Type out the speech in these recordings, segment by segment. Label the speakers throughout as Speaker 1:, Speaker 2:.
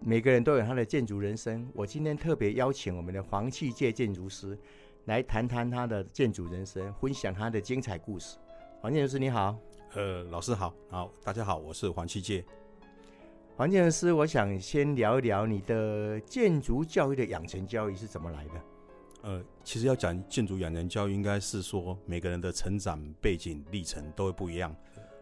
Speaker 1: 每个人都有他的建筑人生，我今天特别邀请我们的黄器界建筑师来谈谈他的建筑人生，分享他的精彩故事。黄建筑师你好，
Speaker 2: 呃，老师好，好，大家好，我是黄七界。
Speaker 1: 黄建筑师，我想先聊一聊你的建筑教育的养成教育是怎么来的。
Speaker 2: 呃，其实要讲建筑养人教育，应该是说每个人的成长背景历程都会不一样。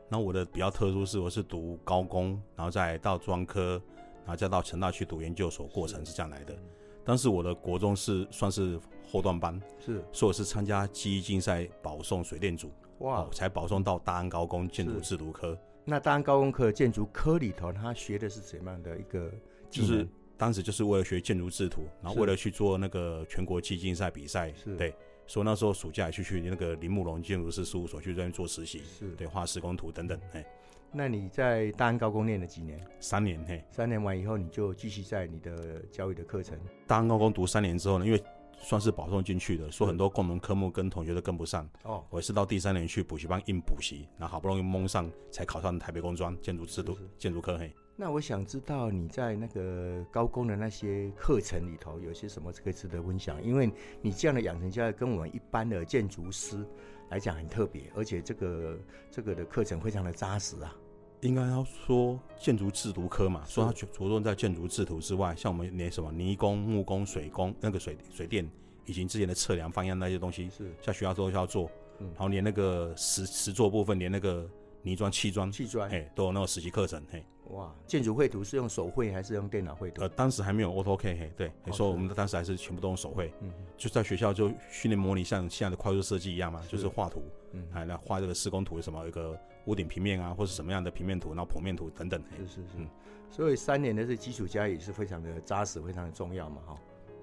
Speaker 2: 那我的比较特殊是，我是读高工，然后再到专科，然后再到成大去读研究所，过程是这样来的。但是我的国中是算是后段班，
Speaker 1: 是
Speaker 2: 所以我是参加记忆竞赛保送水电组，
Speaker 1: 哇，
Speaker 2: 哦才保送到大安高工建筑制图科。
Speaker 1: 那大安高工科的建筑科里头，他学的是怎么样的一个技
Speaker 2: 就
Speaker 1: 能？
Speaker 2: 是当时就是为了学建筑制图，然后
Speaker 1: 是
Speaker 2: 为了去做那个全国技竞赛比赛
Speaker 1: 是，
Speaker 2: 对，所以那时候暑假也去去那个林慕龙建筑师事务所去这边做实习，
Speaker 1: 是
Speaker 2: 对，画施工图等等，哎，
Speaker 1: 那你在大安高工念了几年？
Speaker 2: 三年，嘿，
Speaker 1: 三年完以后，你就继续在你的教育的课程。
Speaker 2: 大安高工读三年之后呢，因为算是保送进去的，
Speaker 1: 是
Speaker 2: 所以很多共同科目跟同学都跟不上，
Speaker 1: 哦，
Speaker 2: 我也是到第三年去补习班硬补习，然后好不容易蒙上，才考上台北工专建筑制度
Speaker 1: 是是
Speaker 2: 建筑科，嘿，
Speaker 1: 那我想知道你在那个高工的那些课程里头有些什么可以值得分享？因为你这样的养成教育跟我们一般的建筑师来讲很特别，而且这个这个的课程非常的扎实啊。
Speaker 2: 应该要说建筑制图科嘛，
Speaker 1: 是
Speaker 2: 说它着着重在建筑制图之外，像我们连什么泥工、木工、水工那个水水电以及之前的测量方向那些东西，
Speaker 1: 是
Speaker 2: 像学校都需要做，
Speaker 1: 嗯
Speaker 2: 然后连那个实实作部分，连那个泥砖、砌砖，
Speaker 1: 砌砖，
Speaker 2: 哎，都有那种实习课程，嘿，
Speaker 1: 哇，建筑绘图是用手绘还是用电脑绘图？
Speaker 2: 呃，当时还没有 AutoCAD，嘿，对，
Speaker 1: 哦
Speaker 2: 所以
Speaker 1: 是
Speaker 2: 我们当时还是全部都用手绘，
Speaker 1: 嗯
Speaker 2: 就在学校就训练模拟像现在的快速设计一样嘛，
Speaker 1: 是
Speaker 2: 就是画图，
Speaker 1: 嗯，
Speaker 2: 哎，来画这个施工图，什么一个屋顶平面啊，或是什么样的平面图，然后剖面图等等，嘿
Speaker 1: 是是是。
Speaker 2: 嗯
Speaker 1: 所以三年的这基础教育是非常的扎实，非常的重要嘛，哈、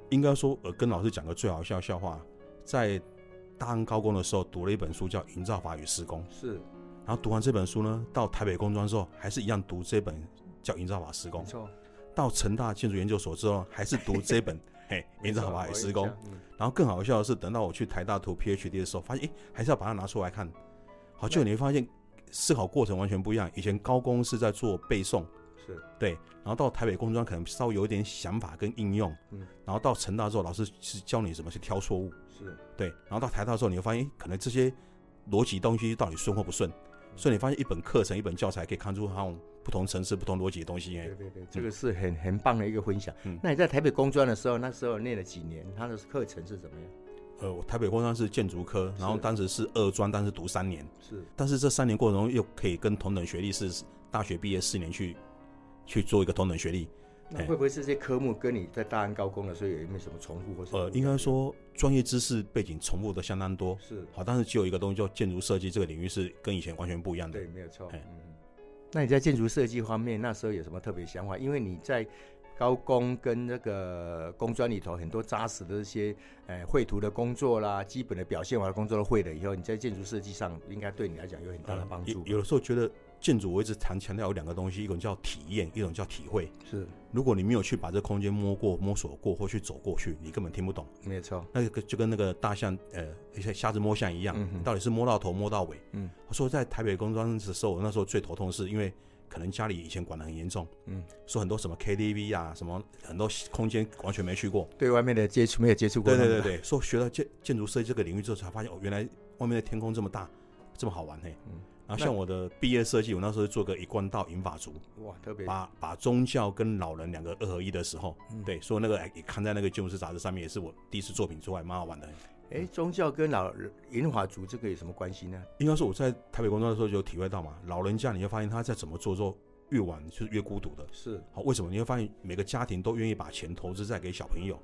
Speaker 2: 应该说，呃，跟老师讲个最好笑的笑话，在大安高工的时候读了一本书叫《营造法与施工》，
Speaker 1: 是，
Speaker 2: 然后读完这本书呢，到台北工专之后还是一样读这本叫《营造法施工
Speaker 1: 没》，错。
Speaker 2: 到成大建筑研究所之后还是读这本 嘿《营造法与施工》，
Speaker 1: 嗯
Speaker 2: 然后更好笑的是，等到我去台大读 PhD 的时候，发现诶，还是要把它拿出来看，好，就你会发现思考过程完全不一样。以前高工是在做背诵。
Speaker 1: 是
Speaker 2: 对，然后到台北工专可能稍微有一点想法跟应用，
Speaker 1: 嗯
Speaker 2: 然后到成大之后，老师是教你怎么去挑错误，
Speaker 1: 是
Speaker 2: 对，然后到台大之后，你会发现诶可能这些逻辑东西到底顺或不顺，
Speaker 1: 嗯
Speaker 2: 所以你发现一本课程、一本教材可以看出它种不同层次、不同逻辑的东西，哎
Speaker 1: 对，对对，这个是很很棒的一个分享。
Speaker 2: 嗯
Speaker 1: 那你在台北工专的时候，那时候念了几年？他的课程是怎么样？
Speaker 2: 呃，我台北工专是建筑科，然后
Speaker 1: 是
Speaker 2: 当时是二专，但是读三年，
Speaker 1: 是
Speaker 2: 但是这三年过程中又可以跟同等学历是大学毕业四年去去做一个同等学历，
Speaker 1: 那
Speaker 2: 哎
Speaker 1: 会不会是这些科目跟你在大安高工的时候有没有什么重复或是不一
Speaker 2: 呃，
Speaker 1: 样的？
Speaker 2: 应该说专业知识背景重复的相当多，
Speaker 1: 是
Speaker 2: 好，但是只有一个东西，叫建筑设计这个领域是跟以前完全不一样的
Speaker 1: 对，。没有错。
Speaker 2: 哎
Speaker 1: 嗯，那你在建筑设计方面那时候有什么特别想法？因为你在高工跟那个工专里头很多扎实的这些，呃，绘图的工作啦，基本的表现完的工作都会了以后，你在建筑设计上应该对你来讲嗯有很大的帮助
Speaker 2: 啊有。有的时候觉得建筑，我一直常强调有两个东西，一种叫体验，一种叫体会。
Speaker 1: 是，
Speaker 2: 如果你没有去把这空间摸过、摸索过或去走过去，你根本听不懂。
Speaker 1: 没有错。
Speaker 2: 那个就跟那个大象，呃，一些瞎子摸象一样，
Speaker 1: 嗯哼
Speaker 2: 你到底是摸到头摸到尾。
Speaker 1: 嗯，
Speaker 2: 我说在台北工专的时候，我那时候最头痛的是因为可能家里以前管得很严重，
Speaker 1: 嗯，
Speaker 2: 说很多什么 KTV 啊，什么很多空间完全没去过，
Speaker 1: 对外面的接触没有接触过
Speaker 2: 对
Speaker 1: 那么
Speaker 2: 对
Speaker 1: 多，
Speaker 2: 对对，说学了建 建筑设计这个领域之后，才发现哦，原来外面的天空这么大，这么好玩嘿。
Speaker 1: 嗯
Speaker 2: 然后像我的毕业设计，我那时候做个一贯道引法族，
Speaker 1: 哇，特别
Speaker 2: 把把宗教跟老人两个二合一的时候，
Speaker 1: 嗯
Speaker 2: 对，所以那个哎也看在那个建筑师杂志上面，也是我第一次作品出来，蛮好玩的。
Speaker 1: 哎，宗教跟老银华族这个有什么关系呢？
Speaker 2: 应该是我在台北工作的时候就有体会到嘛，老人家你会发现他在怎么做之后，越晚就是越孤独的。
Speaker 1: 是
Speaker 2: 好，为什么？你会发现每个家庭都愿意把钱投资在给小朋友，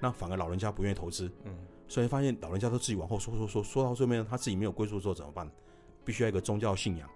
Speaker 2: 那反而老人家不愿意投资。
Speaker 1: 嗯，
Speaker 2: 所以发现老人家都自己往后说说说，说到最后面他自己没有归宿之后怎么办？必须要一个宗教信仰，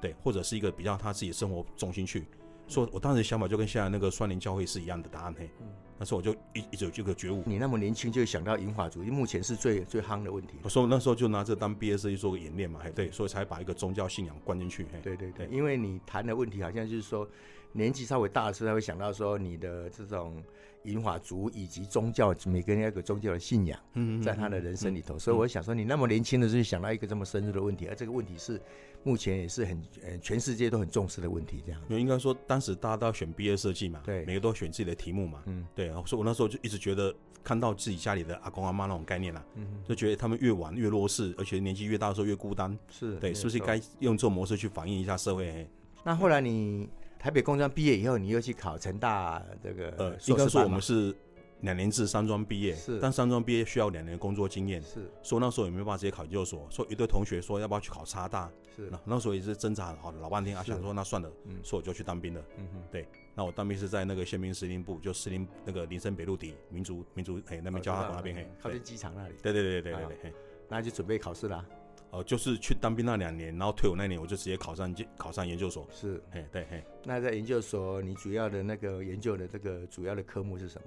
Speaker 2: 对，或者是一个比较他自己生活重心去。所以我当时想法就跟现在那个双林教会是一样的答案嘿
Speaker 1: 嗯，
Speaker 2: 那时候我就一一直有这个觉悟，
Speaker 1: 你那么年轻就想到银发族，目前是最最夯的问题。
Speaker 2: 我说那时候就拿这当毕业设计做个演练嘛，嘿，对，所以才把一个宗教信仰灌进去，嘿，
Speaker 1: 对对对，
Speaker 2: 对
Speaker 1: 因为你谈的问题好像就是说，年纪稍微大的时候，他会想到说你的这种银法族以及宗教，每个人要有个宗教的信仰，
Speaker 2: 嗯
Speaker 1: 在他的人生里头。所以我想说，你那么年轻的时候就想到一个这么深入的问题，而这个问题是目前也是很呃全世界都很重视的问题，这样。
Speaker 2: 因为应该说当时大家都要选毕业设计嘛，
Speaker 1: 对
Speaker 2: 每个都选自己的题目嘛，
Speaker 1: 嗯
Speaker 2: 对，然后所以我那时候就一直觉得看到自己家里的阿公阿妈那种概念啦、
Speaker 1: 嗯，
Speaker 2: 就觉得他们越晚越弱势，而且年纪越大的时候越孤单，
Speaker 1: 是
Speaker 2: 对，是不是？
Speaker 1: 没
Speaker 2: 该
Speaker 1: 错
Speaker 2: 用这种模式去反映一下社会？嘿
Speaker 1: 那后来你台北工专毕业以后，你又去考成大这个
Speaker 2: 呃，应
Speaker 1: 硕
Speaker 2: 该
Speaker 1: 士
Speaker 2: 说
Speaker 1: 班
Speaker 2: 我
Speaker 1: 嘛
Speaker 2: 们是两年制三专毕业，
Speaker 1: 是
Speaker 2: 但三专毕业需要两年的工作经验，
Speaker 1: 是
Speaker 2: 所以那时候也没办法直接考研究所，所以一堆同学说要不要去考差大，
Speaker 1: 是
Speaker 2: 那那时候也是挣扎好老半天啊，
Speaker 1: 是
Speaker 2: 想说那算了，
Speaker 1: 嗯
Speaker 2: 所以我就去当兵了。
Speaker 1: 嗯哼
Speaker 2: 那我当兵是在那个宪兵司令部，就司令那个林森北路底民族民族哎那边交
Speaker 1: 哦知
Speaker 2: 叉
Speaker 1: 道
Speaker 2: 口那边
Speaker 1: 了
Speaker 2: 嘿，
Speaker 1: 靠近机场那里，
Speaker 2: 对对对对对
Speaker 1: 啊
Speaker 2: 对对，嘿
Speaker 1: 那就准备考试啦。
Speaker 2: 哦就是去当兵那两年，然后退伍那年我就直接考上考上研究所，
Speaker 1: 是，
Speaker 2: 嘿对嘿。
Speaker 1: 那在研究所，你主要的那个研究的这个主要的科目是什么？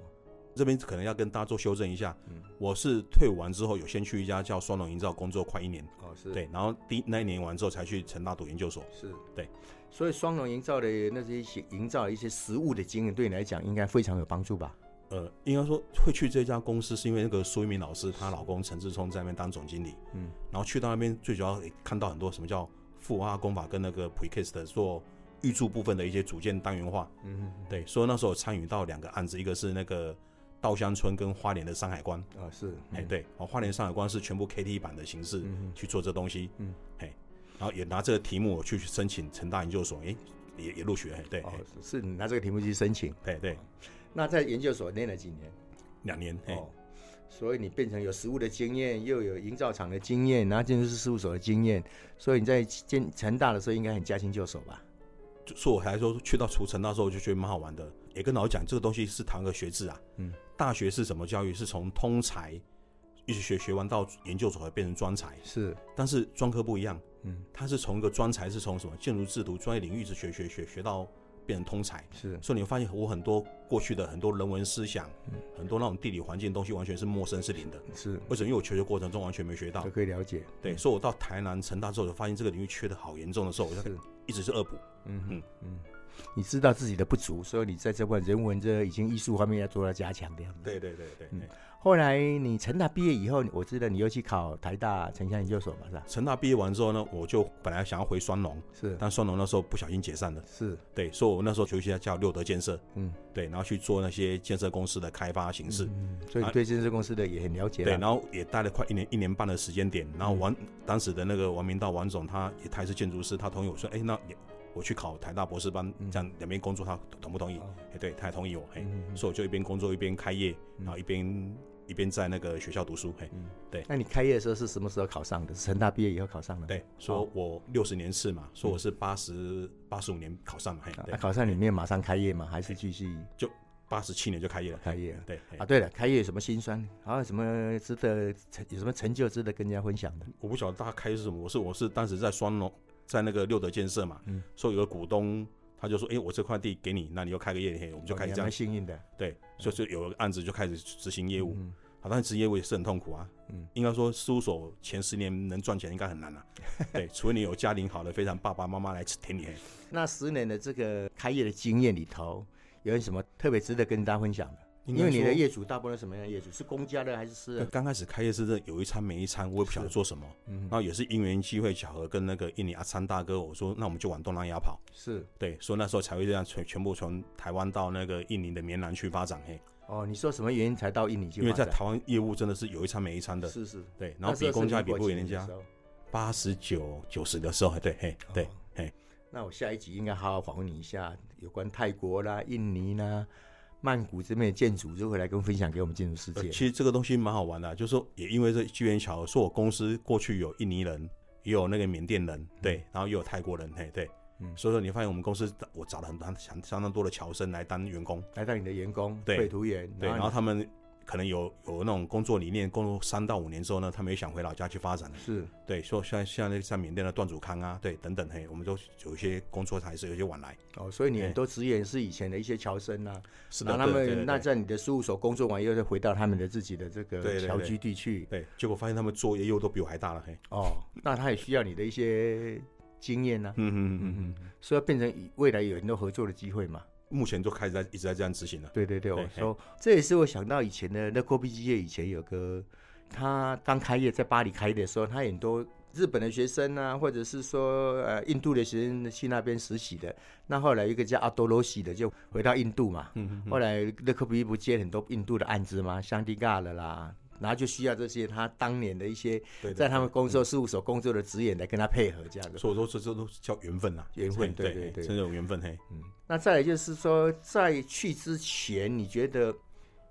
Speaker 2: 这边可能要跟大家做修正一下，
Speaker 1: 嗯
Speaker 2: 我是退伍完之后有先去一家叫双龙营造工作快一年，
Speaker 1: 哦，是，
Speaker 2: 对，然后第那一年完之后才去成大读研究所，
Speaker 1: 是，
Speaker 2: 对。
Speaker 1: 所以双龙营造的那些一些营造一些实物的经验，对你来讲应该非常有帮助吧？
Speaker 2: 呃，应该说会去这家公司是因为那个苏一鸣老师，她老公陈志聪在那边当总经理，
Speaker 1: 嗯，
Speaker 2: 然后去到那边最主要也看到很多什么叫负二工法跟那个 precast 的做预注部分的一些组件单元化，
Speaker 1: 嗯，
Speaker 2: 对，所以那时候参与到两个案子，一个是那个稻香村跟花莲的山海关，
Speaker 1: 啊、是，
Speaker 2: 哎、对，哦，花莲山海关是全部 KT 版的形式
Speaker 1: 嗯
Speaker 2: 去做这东西，
Speaker 1: 嗯，
Speaker 2: 嘿，然后也拿这个题目去申请成大研究所，哎、也也录取了，嘿对，
Speaker 1: 哦
Speaker 2: 嘿，
Speaker 1: 是你拿这个题目去申请，
Speaker 2: 对对，
Speaker 1: 那在研究所念了几年？
Speaker 2: 两年，嘿，
Speaker 1: 哦，所以你变成有实务的经验，又有营造厂的经验，然后建筑师事务所的经验，所以你在建成大的时候应该很驾轻就熟吧？
Speaker 2: 就所以我还说去到除城那时候我就觉得蛮好玩的，也跟老师讲这个东西是堂个学制啊，
Speaker 1: 嗯，
Speaker 2: 大学是什么教育？是从通才一直学学完到研究所变成专才，
Speaker 1: 是，
Speaker 2: 但是专科不一样，
Speaker 1: 嗯，
Speaker 2: 它是从一个专才是从什么建筑制图专业领域一直学学学学到变成通才，
Speaker 1: 是，
Speaker 2: 所以你会发现我很多过去的很多人文思想，很多那种地理环境的东西完全是陌生是零的。
Speaker 1: 是，
Speaker 2: 为什么？因为我求学过程中完全没学到
Speaker 1: 都。可以了解，。
Speaker 2: 对，所以我到台南成大之后，就发现这个领域缺的好严重的时候，我就是一直是恶补。
Speaker 1: 嗯哼
Speaker 2: 嗯
Speaker 1: 嗯，你知道自己的不足，所以你在这块人文这已经艺术方面要做到加强这样子。
Speaker 2: 对对对对哎
Speaker 1: 嗯后来你成大毕业以后，我知道你又去考台大城乡研究所嘛，是吧？
Speaker 2: 成大毕业完之后呢，我就本来想要回双龙，
Speaker 1: 是
Speaker 2: 但双龙那时候不小心解散了。
Speaker 1: 是，
Speaker 2: 对，所以我那时候就去叫六德建设，
Speaker 1: 嗯，
Speaker 2: 对，然后去做那些建设公司的开发形式。
Speaker 1: 嗯，所以你对建设公司的也很了解
Speaker 2: 对，
Speaker 1: 啦。
Speaker 2: 然后也待了快一年一年半的时间点，然后王当时的那个王明道王总，他也他也是建筑师，他同意我说，哎，那也我去考台大博士班，这样两边工作，他同不同意？
Speaker 1: 嗯哦
Speaker 2: 哎，对，他也同意我，哎，
Speaker 1: 嗯
Speaker 2: 所以我就一边工作一边开业，然后一边一边在那个学校读书，哎嘿，
Speaker 1: 那你开业的时候是什么时候考上的？是成大毕业以后考上的？
Speaker 2: 对，说我六十年次嘛，说我是八十八十五年考上嘛，嘿，
Speaker 1: 啊，
Speaker 2: 对
Speaker 1: 啊，考上里面马上开业吗？还是继续
Speaker 2: 就八十七年就开业了，
Speaker 1: 开业？
Speaker 2: 对，哎嘿
Speaker 1: 啊，对了，开业有什么辛酸？还有什么值得成有什么成就值得跟人家分享的？
Speaker 2: 我不晓得大家开是什么，我是我是当时在双龙，在那个六德建设嘛，
Speaker 1: 嗯
Speaker 2: 所以有个股东他就说，哎、我这块地给你，那你就开个业，嘿，我们就
Speaker 1: 哦
Speaker 2: 开
Speaker 1: 你
Speaker 2: 始
Speaker 1: 还
Speaker 2: 这样
Speaker 1: 蛮，幸运的，
Speaker 2: 对，所以就有个案子就开始执行业务，
Speaker 1: 嗯
Speaker 2: 好，但是执行业务也是很痛苦啊，
Speaker 1: 嗯
Speaker 2: 应该说事务所前十年能赚钱应该很 难啊，对，除非你有家庭好的，非常爸爸妈妈来挺你，嘿
Speaker 1: 那十年的这个开业的经验里头，有什么特别值得跟大家分享的？
Speaker 2: 应
Speaker 1: 因
Speaker 2: 该
Speaker 1: 为你的
Speaker 2: 说
Speaker 1: 业主大部分是什么样的业主？是公家的还是私人？
Speaker 2: 刚开始开业是真的有一餐没一餐，我也不晓得做什么，
Speaker 1: 嗯
Speaker 2: 然后也是因缘机会巧合跟那个印尼阿昌大哥我说，那我们就往东南亚跑。
Speaker 1: 是
Speaker 2: 对，所以那时候才会这样全全部从台湾到那个印尼的棉兰去发展，嘿，
Speaker 1: 哦，你说什么原因才到印尼去
Speaker 2: 因为
Speaker 1: 发展？
Speaker 2: 在台湾业务真的是有一餐没一餐的，
Speaker 1: 是是，
Speaker 2: 对，然后比公家比不赢人
Speaker 1: 那
Speaker 2: 家
Speaker 1: 时，候是民国几年的时候。哦
Speaker 2: 八十九九十的时候，对，嘿，对，嘿，
Speaker 1: 那我下一集应该好好访问你一下有关泰国啦、印尼啦、曼谷这边的建筑，如何来跟分享给我们建筑世
Speaker 2: 呃
Speaker 1: 界。
Speaker 2: 其实这个东西蛮好玩的啊，就是说也因为这机缘巧合，说我公司过去有印尼人，也有那个缅甸人，对，然后也有泰国人，嘿，对，
Speaker 1: 嗯
Speaker 2: 所以说你发现我们公司我找了很多相相当多的侨生来当员工，
Speaker 1: 来到你的员工
Speaker 2: 对
Speaker 1: 绘图员，
Speaker 2: 对，然后
Speaker 1: 你
Speaker 2: 他们可能有有那种工作理念，工作三到五年之后呢，他们也想回老家去发展了。
Speaker 1: 是
Speaker 2: 对，说像像那个像缅甸的段祖康啊，对，等等，嘿，我们都有一些工作还是有一些往来。
Speaker 1: 哦，所以你
Speaker 2: 哎
Speaker 1: 很多职员是以前的一些侨生呐、
Speaker 2: 是
Speaker 1: 然
Speaker 2: 的，
Speaker 1: 后他
Speaker 2: 对对
Speaker 1: 们
Speaker 2: 对
Speaker 1: 那
Speaker 2: 对
Speaker 1: 在你的事务所工作完，又再回到他们的自己的这
Speaker 2: 对
Speaker 1: 个
Speaker 2: 对
Speaker 1: 侨
Speaker 2: 对
Speaker 1: 居地去。
Speaker 2: 对，结果发现他们作业又都比我还大了，嘿，
Speaker 1: 哦，那他也需要你的一些经验呢、
Speaker 2: 嗯嗯嗯嗯，
Speaker 1: 所以要变成以未来有很多合作的机会嘛。
Speaker 2: 目前都开始在一直在这样执行了。
Speaker 1: 对对对，
Speaker 2: 对
Speaker 1: 我说这也是我想到以前的那 k o b 基业以前有个他刚开业在巴黎开业的时候，他很多日本的学生啊，或者是说呃印度的学生去那边实习的。那后来一个叫阿多罗西的就回到印度嘛，
Speaker 2: 嗯嗯
Speaker 1: 后来那 k o b 不接很多印度的案子嘛，香蒂嘎了啦。然后就需要这些他当年的一些
Speaker 2: 对，对嗯
Speaker 1: 在他们工作事务所工作的职员来跟他配合这样子。
Speaker 2: 所以我说这这都是叫缘分啦，
Speaker 1: 缘分
Speaker 2: 嘿
Speaker 1: 对对
Speaker 2: 嘿
Speaker 1: 对
Speaker 2: 真的有缘分嘿。
Speaker 1: 嗯，那再来就是说，在去之前，你觉得，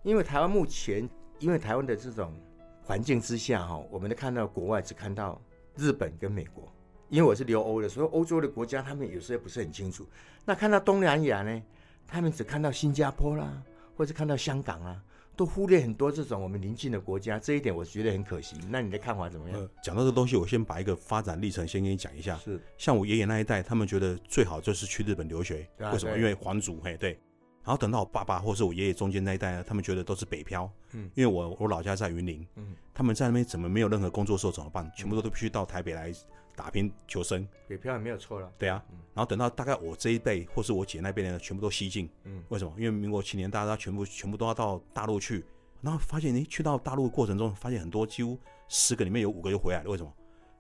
Speaker 1: 因为台湾目前，因为台湾的这种环境之下，哈，我们看到国外只看到日本跟美国，因为我是留欧的，所以欧洲的国家他们有时候也不是很清楚。那看到东南亚呢，他们只看到新加坡啦，或者看到香港啊，都忽略很多这种我们邻近的国家，这一点我觉得很可惜。那你的看法怎么样？
Speaker 2: 呃，讲到这东西，我先把一个发展历程先跟你讲一下。
Speaker 1: 是
Speaker 2: 像我爷爷那一代，他们觉得最好就是去日本留学，
Speaker 1: 对啊
Speaker 2: 为什么？
Speaker 1: 对
Speaker 2: 因为皇族，嘿，对。然后等到我爸爸或是我爷爷中间那一代呢，他们觉得都是北漂，
Speaker 1: 嗯
Speaker 2: 因为我我老家在云林，
Speaker 1: 嗯
Speaker 2: 他们在那边怎么没有任何工作的时候怎么办？全部都必须到台北来打拼求生，
Speaker 1: 北漂也没有错了，
Speaker 2: 对啊。然后等到大概我这一辈或是我姐那边的人，全部都西进，
Speaker 1: 嗯
Speaker 2: 为什么？因为民国七年大家全部全部都要到大陆去，然后发现诶，去到大陆的过程中，发现很多几乎十个里面有五个就回来了，为什么？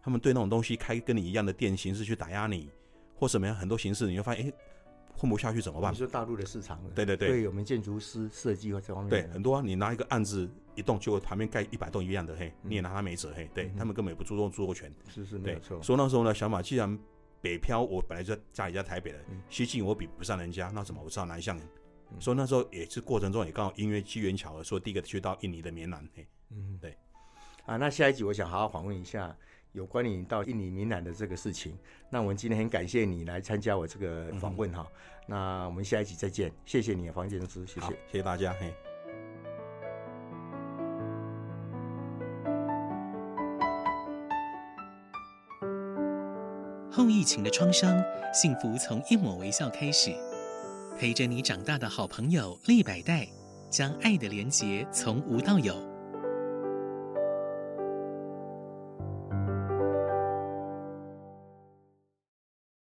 Speaker 2: 他们对那种东西开跟你一样的店形式去打压你，或什么样很多形式，你会发现诶，混不下去怎么办
Speaker 1: 你？说大陆的市场了，
Speaker 2: 对对对
Speaker 1: 对我们建筑师、设计或这方面
Speaker 2: 对，
Speaker 1: 的
Speaker 2: 很多啊，你拿一个案子一栋，结果旁边盖一百栋一样的，嘿，
Speaker 1: 嗯
Speaker 2: 你也拿他没辙，嘿，对、
Speaker 1: 嗯哼
Speaker 2: 他们根本也不注重著作权，
Speaker 1: 是是没
Speaker 2: 对
Speaker 1: 有，错。
Speaker 2: 所以那时候呢，想法既然北漂，我本来就在家里在台北的
Speaker 1: 嗯，
Speaker 2: 西进我比不上人家，那怎么我只好南向？
Speaker 1: 嗯
Speaker 2: 所以那时候也是过程中也刚好因为机缘巧合，说第一个去到印尼的棉兰，嘿，
Speaker 1: 嗯，
Speaker 2: 对。
Speaker 1: 啊，那下一集我想好好访问一下有关你到印尼民南的这个事情。那我们今天很感谢你来参加我这个访问
Speaker 2: 嗯
Speaker 1: 哈、那我们下一集再见，谢谢你，黄建之，谢
Speaker 2: 好
Speaker 1: 谢。，
Speaker 2: 谢谢大家，嘿。
Speaker 3: 后疫情的创伤，幸福从一抹微笑开始。陪着你长大的好朋友利百代，将爱的连结从无到有。